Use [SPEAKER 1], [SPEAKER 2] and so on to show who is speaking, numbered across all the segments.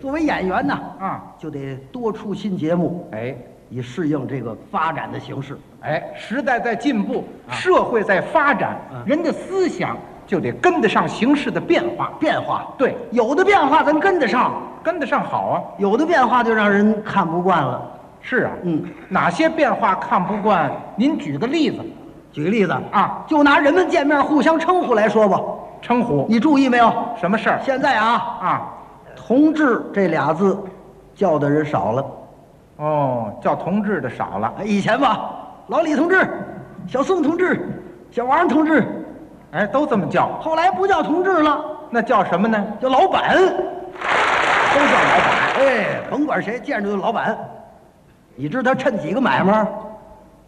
[SPEAKER 1] 作为演员呢，
[SPEAKER 2] 啊，
[SPEAKER 1] 就得多出新节目，
[SPEAKER 2] 哎
[SPEAKER 1] 以适应这个发展的形势。
[SPEAKER 2] 哎，时代在进步，社会在发展，人的思想就得跟得上形势的变化。
[SPEAKER 1] 变化，
[SPEAKER 2] 对，
[SPEAKER 1] 有的变化咱跟得上，
[SPEAKER 2] 跟得上好啊。
[SPEAKER 1] 有的变化就让人看不惯了。
[SPEAKER 2] 是啊，
[SPEAKER 1] 嗯，
[SPEAKER 2] 哪些变化看不惯？您举个例子
[SPEAKER 1] 举个例子
[SPEAKER 2] 啊，
[SPEAKER 1] 就拿人们见面互相称呼来说吧，
[SPEAKER 2] 称呼
[SPEAKER 1] 你注意没有？
[SPEAKER 2] 什么事儿
[SPEAKER 1] 现在啊，
[SPEAKER 2] 啊？
[SPEAKER 1] 同志这俩字叫的人少了。
[SPEAKER 2] 哦，叫同志的少了。
[SPEAKER 1] 哎以前吧，老李同志、小宋同志、小王同志，
[SPEAKER 2] 哎，都这么叫，
[SPEAKER 1] 后来不叫同志了，
[SPEAKER 2] 那叫什么呢？
[SPEAKER 1] 叫老板。
[SPEAKER 2] 都叫老板。
[SPEAKER 1] 哎，甭管谁，见着就老板。你知道他趁几个买卖？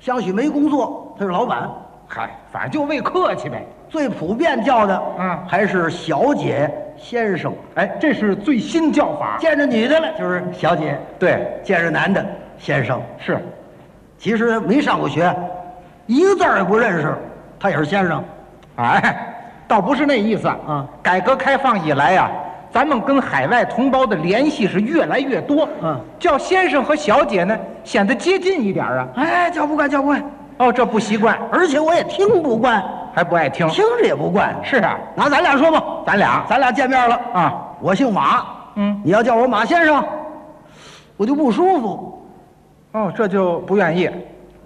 [SPEAKER 1] 相许没工作，他是老板。
[SPEAKER 2] 嗨，反正就为客气呗。
[SPEAKER 1] 最普遍叫的，
[SPEAKER 2] 嗯
[SPEAKER 1] 还是小姐、先生。
[SPEAKER 2] 哎，这是最新叫法。
[SPEAKER 1] 见着女的了就是小姐，
[SPEAKER 2] 对，
[SPEAKER 1] 见着男的先生。
[SPEAKER 2] 是，
[SPEAKER 1] 其实没上过学，一个字儿也不认识，他也是先生。
[SPEAKER 2] 哎，倒不是那意思
[SPEAKER 1] 嗯
[SPEAKER 2] 改革开放以来呀、啊咱们跟海外同胞的联系是越来越多。
[SPEAKER 1] 嗯，
[SPEAKER 2] 叫先生和小姐呢，显得接近一点啊。
[SPEAKER 1] 哎，叫不惯，叫不惯。
[SPEAKER 2] 哦，这不习惯，
[SPEAKER 1] 而且我也听不惯，
[SPEAKER 2] 还不爱听。
[SPEAKER 1] 听着也不惯。
[SPEAKER 2] 是啊，
[SPEAKER 1] 拿咱俩说吧，
[SPEAKER 2] 咱俩
[SPEAKER 1] 咱俩见面了，
[SPEAKER 2] 啊，
[SPEAKER 1] 我姓马，
[SPEAKER 2] 嗯，
[SPEAKER 1] 你要叫我马先生，我就不舒服。
[SPEAKER 2] 哦，这就不愿意。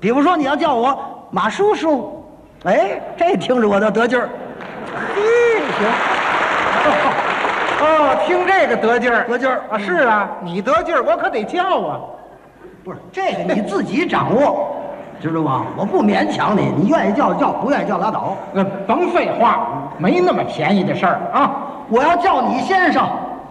[SPEAKER 1] 比方说你要叫我马叔叔，哎，这听着我倒得劲儿。嘿，
[SPEAKER 2] 哦，听这个得劲儿，
[SPEAKER 1] 得劲儿嗯
[SPEAKER 2] 啊！是啊，你得劲儿，我可得叫啊。
[SPEAKER 1] 行，不是这个你自己掌握，知道吗？我不勉强你，你愿意叫就叫，不愿意叫拉倒。
[SPEAKER 2] 那呃甭废话，没那么便宜的事儿啊。
[SPEAKER 1] 我要叫你先生，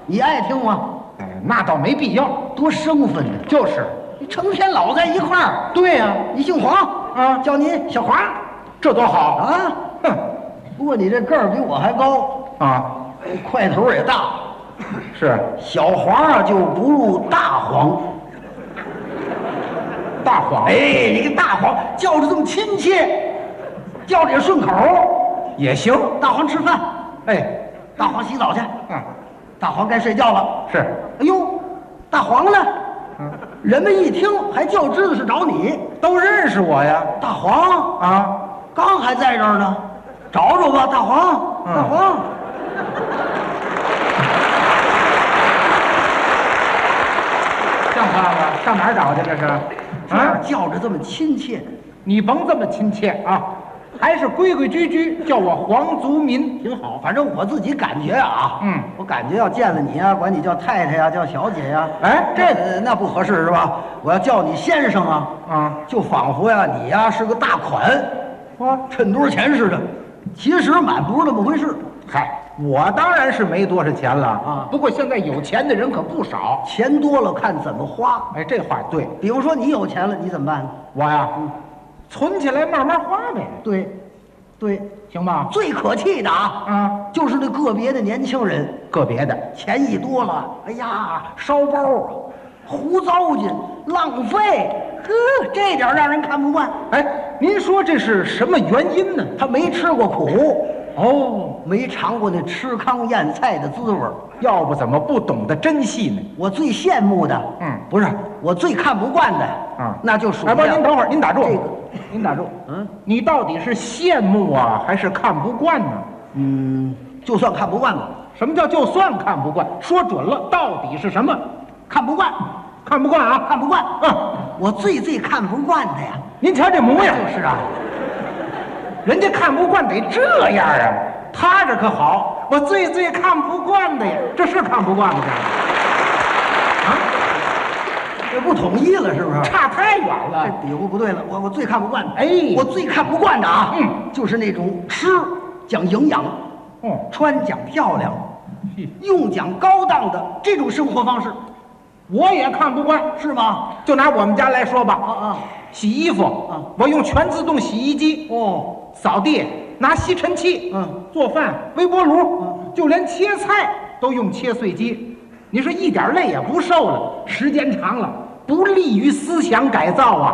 [SPEAKER 1] 你爱听吗？
[SPEAKER 2] 哎，那倒没必要。
[SPEAKER 1] 多生分呢！
[SPEAKER 2] 就是，
[SPEAKER 1] 你成天老在一块儿，
[SPEAKER 2] 对呀、
[SPEAKER 1] 你姓黄
[SPEAKER 2] 啊
[SPEAKER 1] 叫你小黄
[SPEAKER 2] 这多好。
[SPEAKER 1] 啊。
[SPEAKER 2] 哼，
[SPEAKER 1] 不过你这个儿比我还高，
[SPEAKER 2] 啊，
[SPEAKER 1] 哎块头也大，
[SPEAKER 2] 是
[SPEAKER 1] 小黄啊就不入大黄。
[SPEAKER 2] 大黄，
[SPEAKER 1] 哎，你个大黄叫着这么亲切，叫着也顺口。
[SPEAKER 2] 也行。
[SPEAKER 1] 大黄吃饭，
[SPEAKER 2] 哎，
[SPEAKER 1] 大黄洗澡去，
[SPEAKER 2] 嗯，
[SPEAKER 1] 大黄该睡觉了。
[SPEAKER 2] 是，
[SPEAKER 1] 哎呦，大黄呢？
[SPEAKER 2] 嗯，
[SPEAKER 1] 人们一听还就知道是找你，
[SPEAKER 2] 都认识我呀。
[SPEAKER 1] 大黄
[SPEAKER 2] 啊，
[SPEAKER 1] 刚还在这儿呢，找找吧，大黄，
[SPEAKER 2] 嗯
[SPEAKER 1] 大黄。
[SPEAKER 2] 像话吗？上哪儿找去？这是？
[SPEAKER 1] 这样
[SPEAKER 2] 啊，
[SPEAKER 1] 叫着这么亲切，
[SPEAKER 2] 你甭这么亲切啊，还是规规矩矩，叫我黄族民挺好。
[SPEAKER 1] 反正我自己感觉啊，
[SPEAKER 2] 嗯
[SPEAKER 1] 我感觉要见了你啊，管你叫太太呀、叫小姐呀、
[SPEAKER 2] 哎这
[SPEAKER 1] 呃那不合适是吧？我要叫你先生啊，
[SPEAKER 2] 啊，
[SPEAKER 1] 就仿佛呀、你呀、是个大款，
[SPEAKER 2] 我
[SPEAKER 1] 趁多少钱似的，其实满不是那么回事，
[SPEAKER 2] 嗨，我当然是没多少钱了
[SPEAKER 1] 啊
[SPEAKER 2] 不过现在有钱的人可不少。
[SPEAKER 1] 钱多了看怎么花。
[SPEAKER 2] 哎，这话对，
[SPEAKER 1] 比如说你有钱了，你怎么办呢？
[SPEAKER 2] 我呀，存起来慢慢花呗，
[SPEAKER 1] 对，对，
[SPEAKER 2] 行吧？
[SPEAKER 1] 最可气的啊，
[SPEAKER 2] 啊，
[SPEAKER 1] 就是那个别的年轻人，
[SPEAKER 2] 个别的，
[SPEAKER 1] 钱一多了，哎呀，烧包啊，胡糟践，浪费，呵，这点儿让人看不惯。
[SPEAKER 2] 哎，您说这是什么原因呢？
[SPEAKER 1] 他没吃过苦，
[SPEAKER 2] 哦，
[SPEAKER 1] 没尝过那吃糠咽菜的滋味儿
[SPEAKER 2] 要不怎么不懂得珍惜呢？
[SPEAKER 1] 我最羡慕的，
[SPEAKER 2] 嗯
[SPEAKER 1] 不是我最看不惯的，
[SPEAKER 2] 嗯
[SPEAKER 1] 那就属于
[SPEAKER 2] 哎，不，您等会儿，您打住，
[SPEAKER 1] 这个
[SPEAKER 2] 您打住，
[SPEAKER 1] 嗯，
[SPEAKER 2] 你到底是羡慕啊，还是看不惯呢？
[SPEAKER 1] 嗯，就算看不惯吧，
[SPEAKER 2] 什么叫就算看不惯？说准了，到底是什么？
[SPEAKER 1] 看不惯，
[SPEAKER 2] 看不惯啊？
[SPEAKER 1] 看不惯，
[SPEAKER 2] 嗯，
[SPEAKER 1] 我最最看不惯的呀，
[SPEAKER 2] 您瞧这模样。
[SPEAKER 1] 就是啊，
[SPEAKER 2] 人家看不惯得这样啊，他这可好，我最最看不惯的呀，这是看不惯吗？这
[SPEAKER 1] 这不统一了是不是
[SPEAKER 2] 啊，？差太远
[SPEAKER 1] 这
[SPEAKER 2] 了。
[SPEAKER 1] 比划不对了，我我最看不惯的，
[SPEAKER 2] 哎
[SPEAKER 1] 我最看不惯的啊，
[SPEAKER 2] 嗯，
[SPEAKER 1] 就是那种吃讲营养，
[SPEAKER 2] 哦，
[SPEAKER 1] 穿讲漂亮，用讲高档的这种生活方式，
[SPEAKER 2] 我也看不惯。
[SPEAKER 1] 是吗？
[SPEAKER 2] 就拿我们家来说吧，
[SPEAKER 1] 啊啊，
[SPEAKER 2] 洗衣服，
[SPEAKER 1] 啊
[SPEAKER 2] 我用全自动洗衣机，
[SPEAKER 1] 哦，
[SPEAKER 2] 扫地拿吸尘器，
[SPEAKER 1] 嗯，
[SPEAKER 2] 做饭微波炉，就连切菜都用切碎机。你说一点累也不受了，时间长了不利于思想改造啊，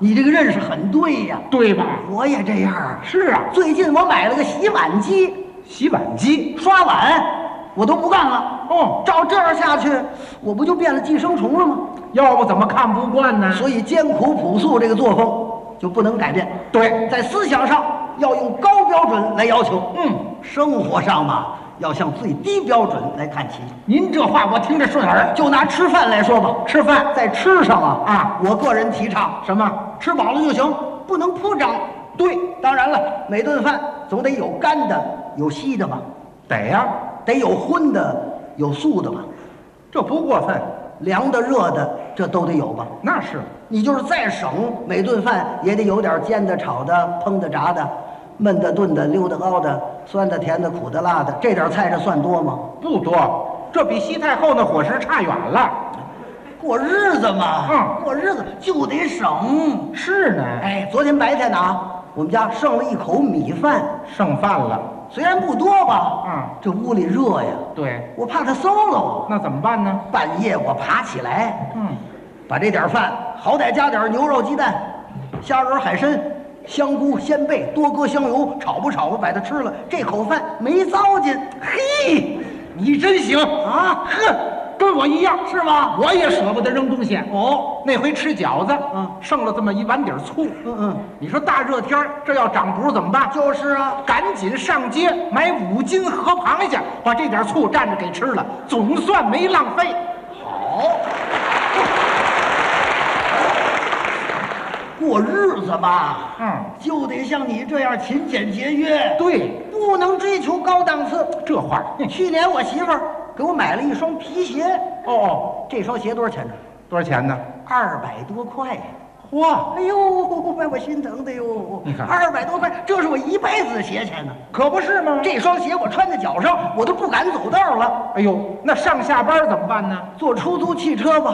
[SPEAKER 1] 你这个认识很对呀，
[SPEAKER 2] 对吧？
[SPEAKER 1] 我也这样啊。
[SPEAKER 2] 是啊，
[SPEAKER 1] 最近我买了个洗碗机，
[SPEAKER 2] 洗碗机
[SPEAKER 1] 刷碗我都不干了，
[SPEAKER 2] 哦
[SPEAKER 1] 照这样下去，我不就变了寄生虫了吗？
[SPEAKER 2] 要不怎么看不惯呢？
[SPEAKER 1] 所以艰苦朴素这个作风就不能改变。
[SPEAKER 2] 对，
[SPEAKER 1] 在思想上要用高标准来要求，
[SPEAKER 2] 嗯，
[SPEAKER 1] 生活上吧要向最低标准来看齐。
[SPEAKER 2] 您这话我听着顺耳。
[SPEAKER 1] 就拿吃饭来说吧，
[SPEAKER 2] 吃饭
[SPEAKER 1] 在吃上啊
[SPEAKER 2] 啊，
[SPEAKER 1] 我个人提倡
[SPEAKER 2] 什么？
[SPEAKER 1] 吃饱了就行，不能铺张。对，当然了，每顿饭总得有干的，有稀的吧，
[SPEAKER 2] 得呀、
[SPEAKER 1] 得有荤的，有素的吧，
[SPEAKER 2] 这不过分，
[SPEAKER 1] 凉的、热的，这都得有吧。
[SPEAKER 2] 那是
[SPEAKER 1] 你就是再省，每顿饭也得有点煎的、炒的、烹的、炸的、焖的、炖的、溜的、熬的、酸的、甜的、苦的、辣的，这点菜这算多吗？
[SPEAKER 2] 不多，这比西太后那伙食差远了。
[SPEAKER 1] 过日子嘛，
[SPEAKER 2] 嗯
[SPEAKER 1] 过日子就得省。
[SPEAKER 2] 是呢，
[SPEAKER 1] 哎，昨天白天呢啊，我们家剩了一口米饭，
[SPEAKER 2] 剩饭了。
[SPEAKER 1] 虽然不多吧，
[SPEAKER 2] 嗯，
[SPEAKER 1] 这屋里热呀，
[SPEAKER 2] 对，
[SPEAKER 1] 我怕它馊了我。
[SPEAKER 2] 那怎么办呢？
[SPEAKER 1] 半夜我爬起来，
[SPEAKER 2] 嗯，
[SPEAKER 1] 把这点饭，好歹加点牛肉、鸡蛋、虾仁、海参、香菇、鲜贝，多搁香油，炒吧炒吧，把它吃了。这口饭没糟践，嘿，
[SPEAKER 2] 你真行
[SPEAKER 1] 啊，
[SPEAKER 2] 哼，跟我一样
[SPEAKER 1] 是吗？
[SPEAKER 2] 我也舍不得扔东西。
[SPEAKER 1] 哦，
[SPEAKER 2] 那回吃饺子，
[SPEAKER 1] 嗯
[SPEAKER 2] 剩了这么一碗底儿醋，
[SPEAKER 1] 嗯嗯，
[SPEAKER 2] 你说大热天儿这要长补怎么办？
[SPEAKER 1] 就是啊，
[SPEAKER 2] 赶紧上街买五斤河螃蟹，把这点醋蘸着给吃了，总算没浪费。
[SPEAKER 1] 好。过日子嘛，
[SPEAKER 2] 嗯，
[SPEAKER 1] 就得像你这样勤俭节约，
[SPEAKER 2] 对，
[SPEAKER 1] 不能追求高档次。
[SPEAKER 2] 这话，哼
[SPEAKER 1] 去年我媳妇儿给我买了一双皮鞋，
[SPEAKER 2] 哦哦，
[SPEAKER 1] 这双鞋多少钱呢？
[SPEAKER 2] 多少钱呢？
[SPEAKER 1] 二百多块呀！
[SPEAKER 2] 嚯，
[SPEAKER 1] 哎呦，把我心疼的哟！
[SPEAKER 2] 你看
[SPEAKER 1] 二百多块，这是我一辈子的鞋钱呢、
[SPEAKER 2] 可不是吗？
[SPEAKER 1] 这双鞋我穿在脚上，我都不敢走道了。
[SPEAKER 2] 哎呦，那上下班怎么办呢？
[SPEAKER 1] 坐出租汽车吧。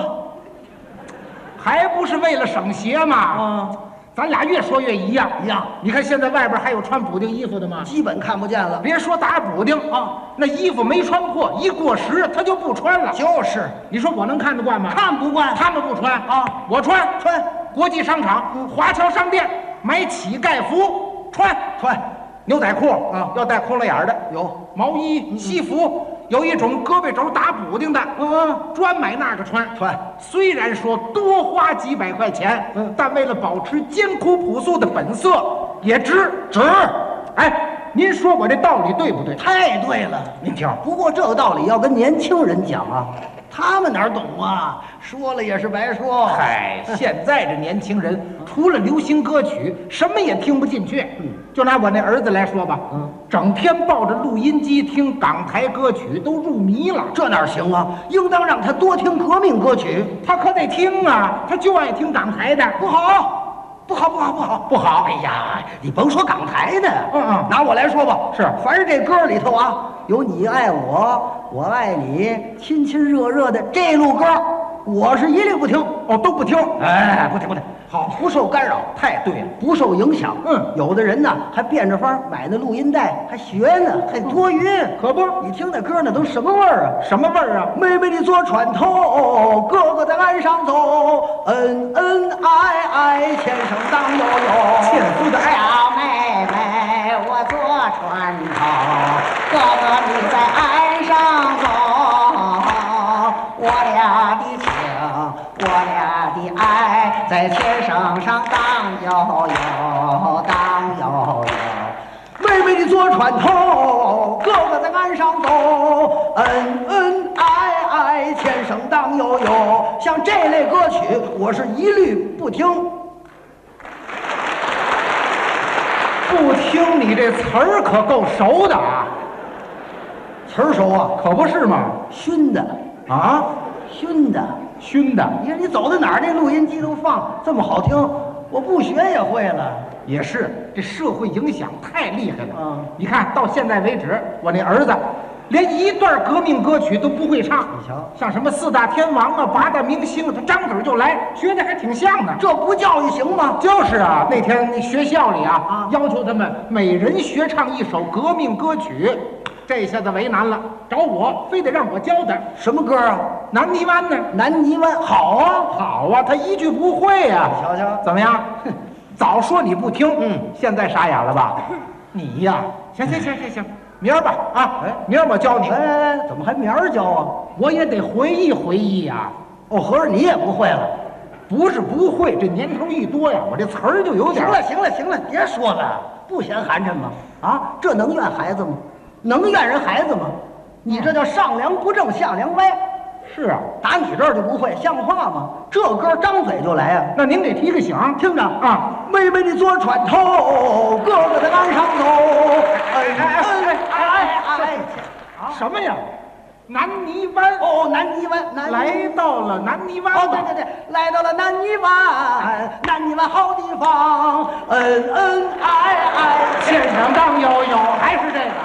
[SPEAKER 2] 还不是为了省鞋嘛？
[SPEAKER 1] 啊，
[SPEAKER 2] 咱俩越说越一样
[SPEAKER 1] 一样
[SPEAKER 2] 你看现在外边还有穿补丁衣服的吗？
[SPEAKER 1] 基本看不见了。
[SPEAKER 2] 别说打补丁
[SPEAKER 1] 啊，
[SPEAKER 2] 那衣服没穿破，一过时他就不穿了。
[SPEAKER 1] 就是
[SPEAKER 2] 你说我能看得惯吗？
[SPEAKER 1] 看不惯，
[SPEAKER 2] 他们不穿
[SPEAKER 1] 啊，
[SPEAKER 2] 我穿。
[SPEAKER 1] 穿嗯
[SPEAKER 2] 国际商场、华侨商店买乞丐服穿，
[SPEAKER 1] 穿
[SPEAKER 2] 牛仔裤
[SPEAKER 1] 啊
[SPEAKER 2] 要带窟窿眼儿的，
[SPEAKER 1] 有，
[SPEAKER 2] 毛衣、西服，有一种胳膊肘打补丁的，
[SPEAKER 1] 嗯，
[SPEAKER 2] 专买那个穿。
[SPEAKER 1] 穿
[SPEAKER 2] 虽然说多花几百块钱，
[SPEAKER 1] 嗯
[SPEAKER 2] 但为了保持艰苦朴素的本色，也值值。哎，您说我这道理对不对？
[SPEAKER 1] 太对了。
[SPEAKER 2] 您听，
[SPEAKER 1] 不过这个道理要跟年轻人讲啊，他们哪懂啊？说了也是白说。
[SPEAKER 2] 嗨，现在这年轻人
[SPEAKER 1] 嗯
[SPEAKER 2] 除了流行歌曲，什么也听不进去。就拿我那儿子来说吧，
[SPEAKER 1] 嗯，
[SPEAKER 2] 整天抱着录音机听港台歌曲，都入迷了。
[SPEAKER 1] 这哪行啊？应当让他多听革命歌曲。
[SPEAKER 2] 他可得听啊，他就爱听港台的。
[SPEAKER 1] 不好，不好，不好，不好，不好！哎呀，你甭说港台的，
[SPEAKER 2] 嗯嗯
[SPEAKER 1] 拿我来说吧，
[SPEAKER 2] 是
[SPEAKER 1] 凡是这歌里头啊，有你爱我，我爱你，亲亲热热的这路歌，我是一律不听。
[SPEAKER 2] 哦，都不听。
[SPEAKER 1] 哎，不听不听，好，不受干扰，
[SPEAKER 2] 太对了，
[SPEAKER 1] 不受影响。
[SPEAKER 2] 嗯
[SPEAKER 1] 有的人呢还变着法儿买那录音带，还学呢，还多余。
[SPEAKER 2] 可不，
[SPEAKER 1] 你听那歌呢，都什么味儿啊？
[SPEAKER 2] 什么味儿啊？
[SPEAKER 1] 妹妹你坐船头，哥哥在岸上走，恩恩爱爱，纤绳荡悠悠。
[SPEAKER 2] 纤夫的爱
[SPEAKER 1] 小妹妹，我坐船头，哥哥你在岸上走，我俩的情，我俩的爱，在纤绳上荡悠悠，荡悠悠。妹妹你坐船头，哥哥在岸上走，恩恩爱爱，纤绳荡悠悠。像这类歌曲，我是一律不听。
[SPEAKER 2] 不听你这词儿可够熟的啊，
[SPEAKER 1] 词儿熟啊，
[SPEAKER 2] 可不是吗？
[SPEAKER 1] 熏的，
[SPEAKER 2] 啊，
[SPEAKER 1] 熏的。
[SPEAKER 2] 熏的
[SPEAKER 1] 你说你走到哪儿，这录音机都放，这么好听，我不学也会了。
[SPEAKER 2] 也是，这社会影响太厉害了。
[SPEAKER 1] 嗯
[SPEAKER 2] 你看到现在为止，我那儿子连一段革命歌曲都不会唱。
[SPEAKER 1] 你瞧
[SPEAKER 2] 像什么四大天王啊、八大明星啊，他张嘴就来，学的还挺像呢。
[SPEAKER 1] 这不教育行吗？
[SPEAKER 2] 就是啊，那天那学校里啊，
[SPEAKER 1] 啊
[SPEAKER 2] 要求他们每人学唱一首革命歌曲，这下子为难了，找我非得让我教他。
[SPEAKER 1] 什么歌啊？
[SPEAKER 2] 南泥湾呢？
[SPEAKER 1] 南泥湾好
[SPEAKER 2] 好啊，好啊，他一句不会呀、啊。
[SPEAKER 1] 瞧瞧
[SPEAKER 2] 怎么样？ 哼早说你不听，
[SPEAKER 1] 嗯
[SPEAKER 2] 现在傻眼了吧？你呀、行行行行行，明儿吧啊，
[SPEAKER 1] 哎
[SPEAKER 2] 明儿我教你，
[SPEAKER 1] 哎，怎么还明儿教啊？
[SPEAKER 2] 我也得回忆回忆呀、
[SPEAKER 1] 哦，合着你也不会了？
[SPEAKER 2] 不是不会，这年头一多呀，我这词儿就有
[SPEAKER 1] 行
[SPEAKER 2] 点儿。
[SPEAKER 1] 了，行了，行了，别说了，不嫌寒碜吗？啊，这能怨孩子吗？能怨人孩子吗？你这叫上梁不正下梁歪，
[SPEAKER 2] 是啊，
[SPEAKER 1] 打你这儿就不会，像话吗？这歌张嘴就来啊！
[SPEAKER 2] 那您给提个醒，
[SPEAKER 1] 听着
[SPEAKER 2] 啊，
[SPEAKER 1] 妹妹你坐船头，哥哥在岸上走。哎
[SPEAKER 2] 哎哎哎哎
[SPEAKER 1] 哎！
[SPEAKER 2] 什么呀？南泥湾，
[SPEAKER 1] 哦，南泥湾，南泥
[SPEAKER 2] 来到了南泥湾。
[SPEAKER 1] 哦，对对对，来到了南泥湾，南泥湾好地方。嗯嗯，哎哎，
[SPEAKER 2] 现场荡悠悠，还是这个。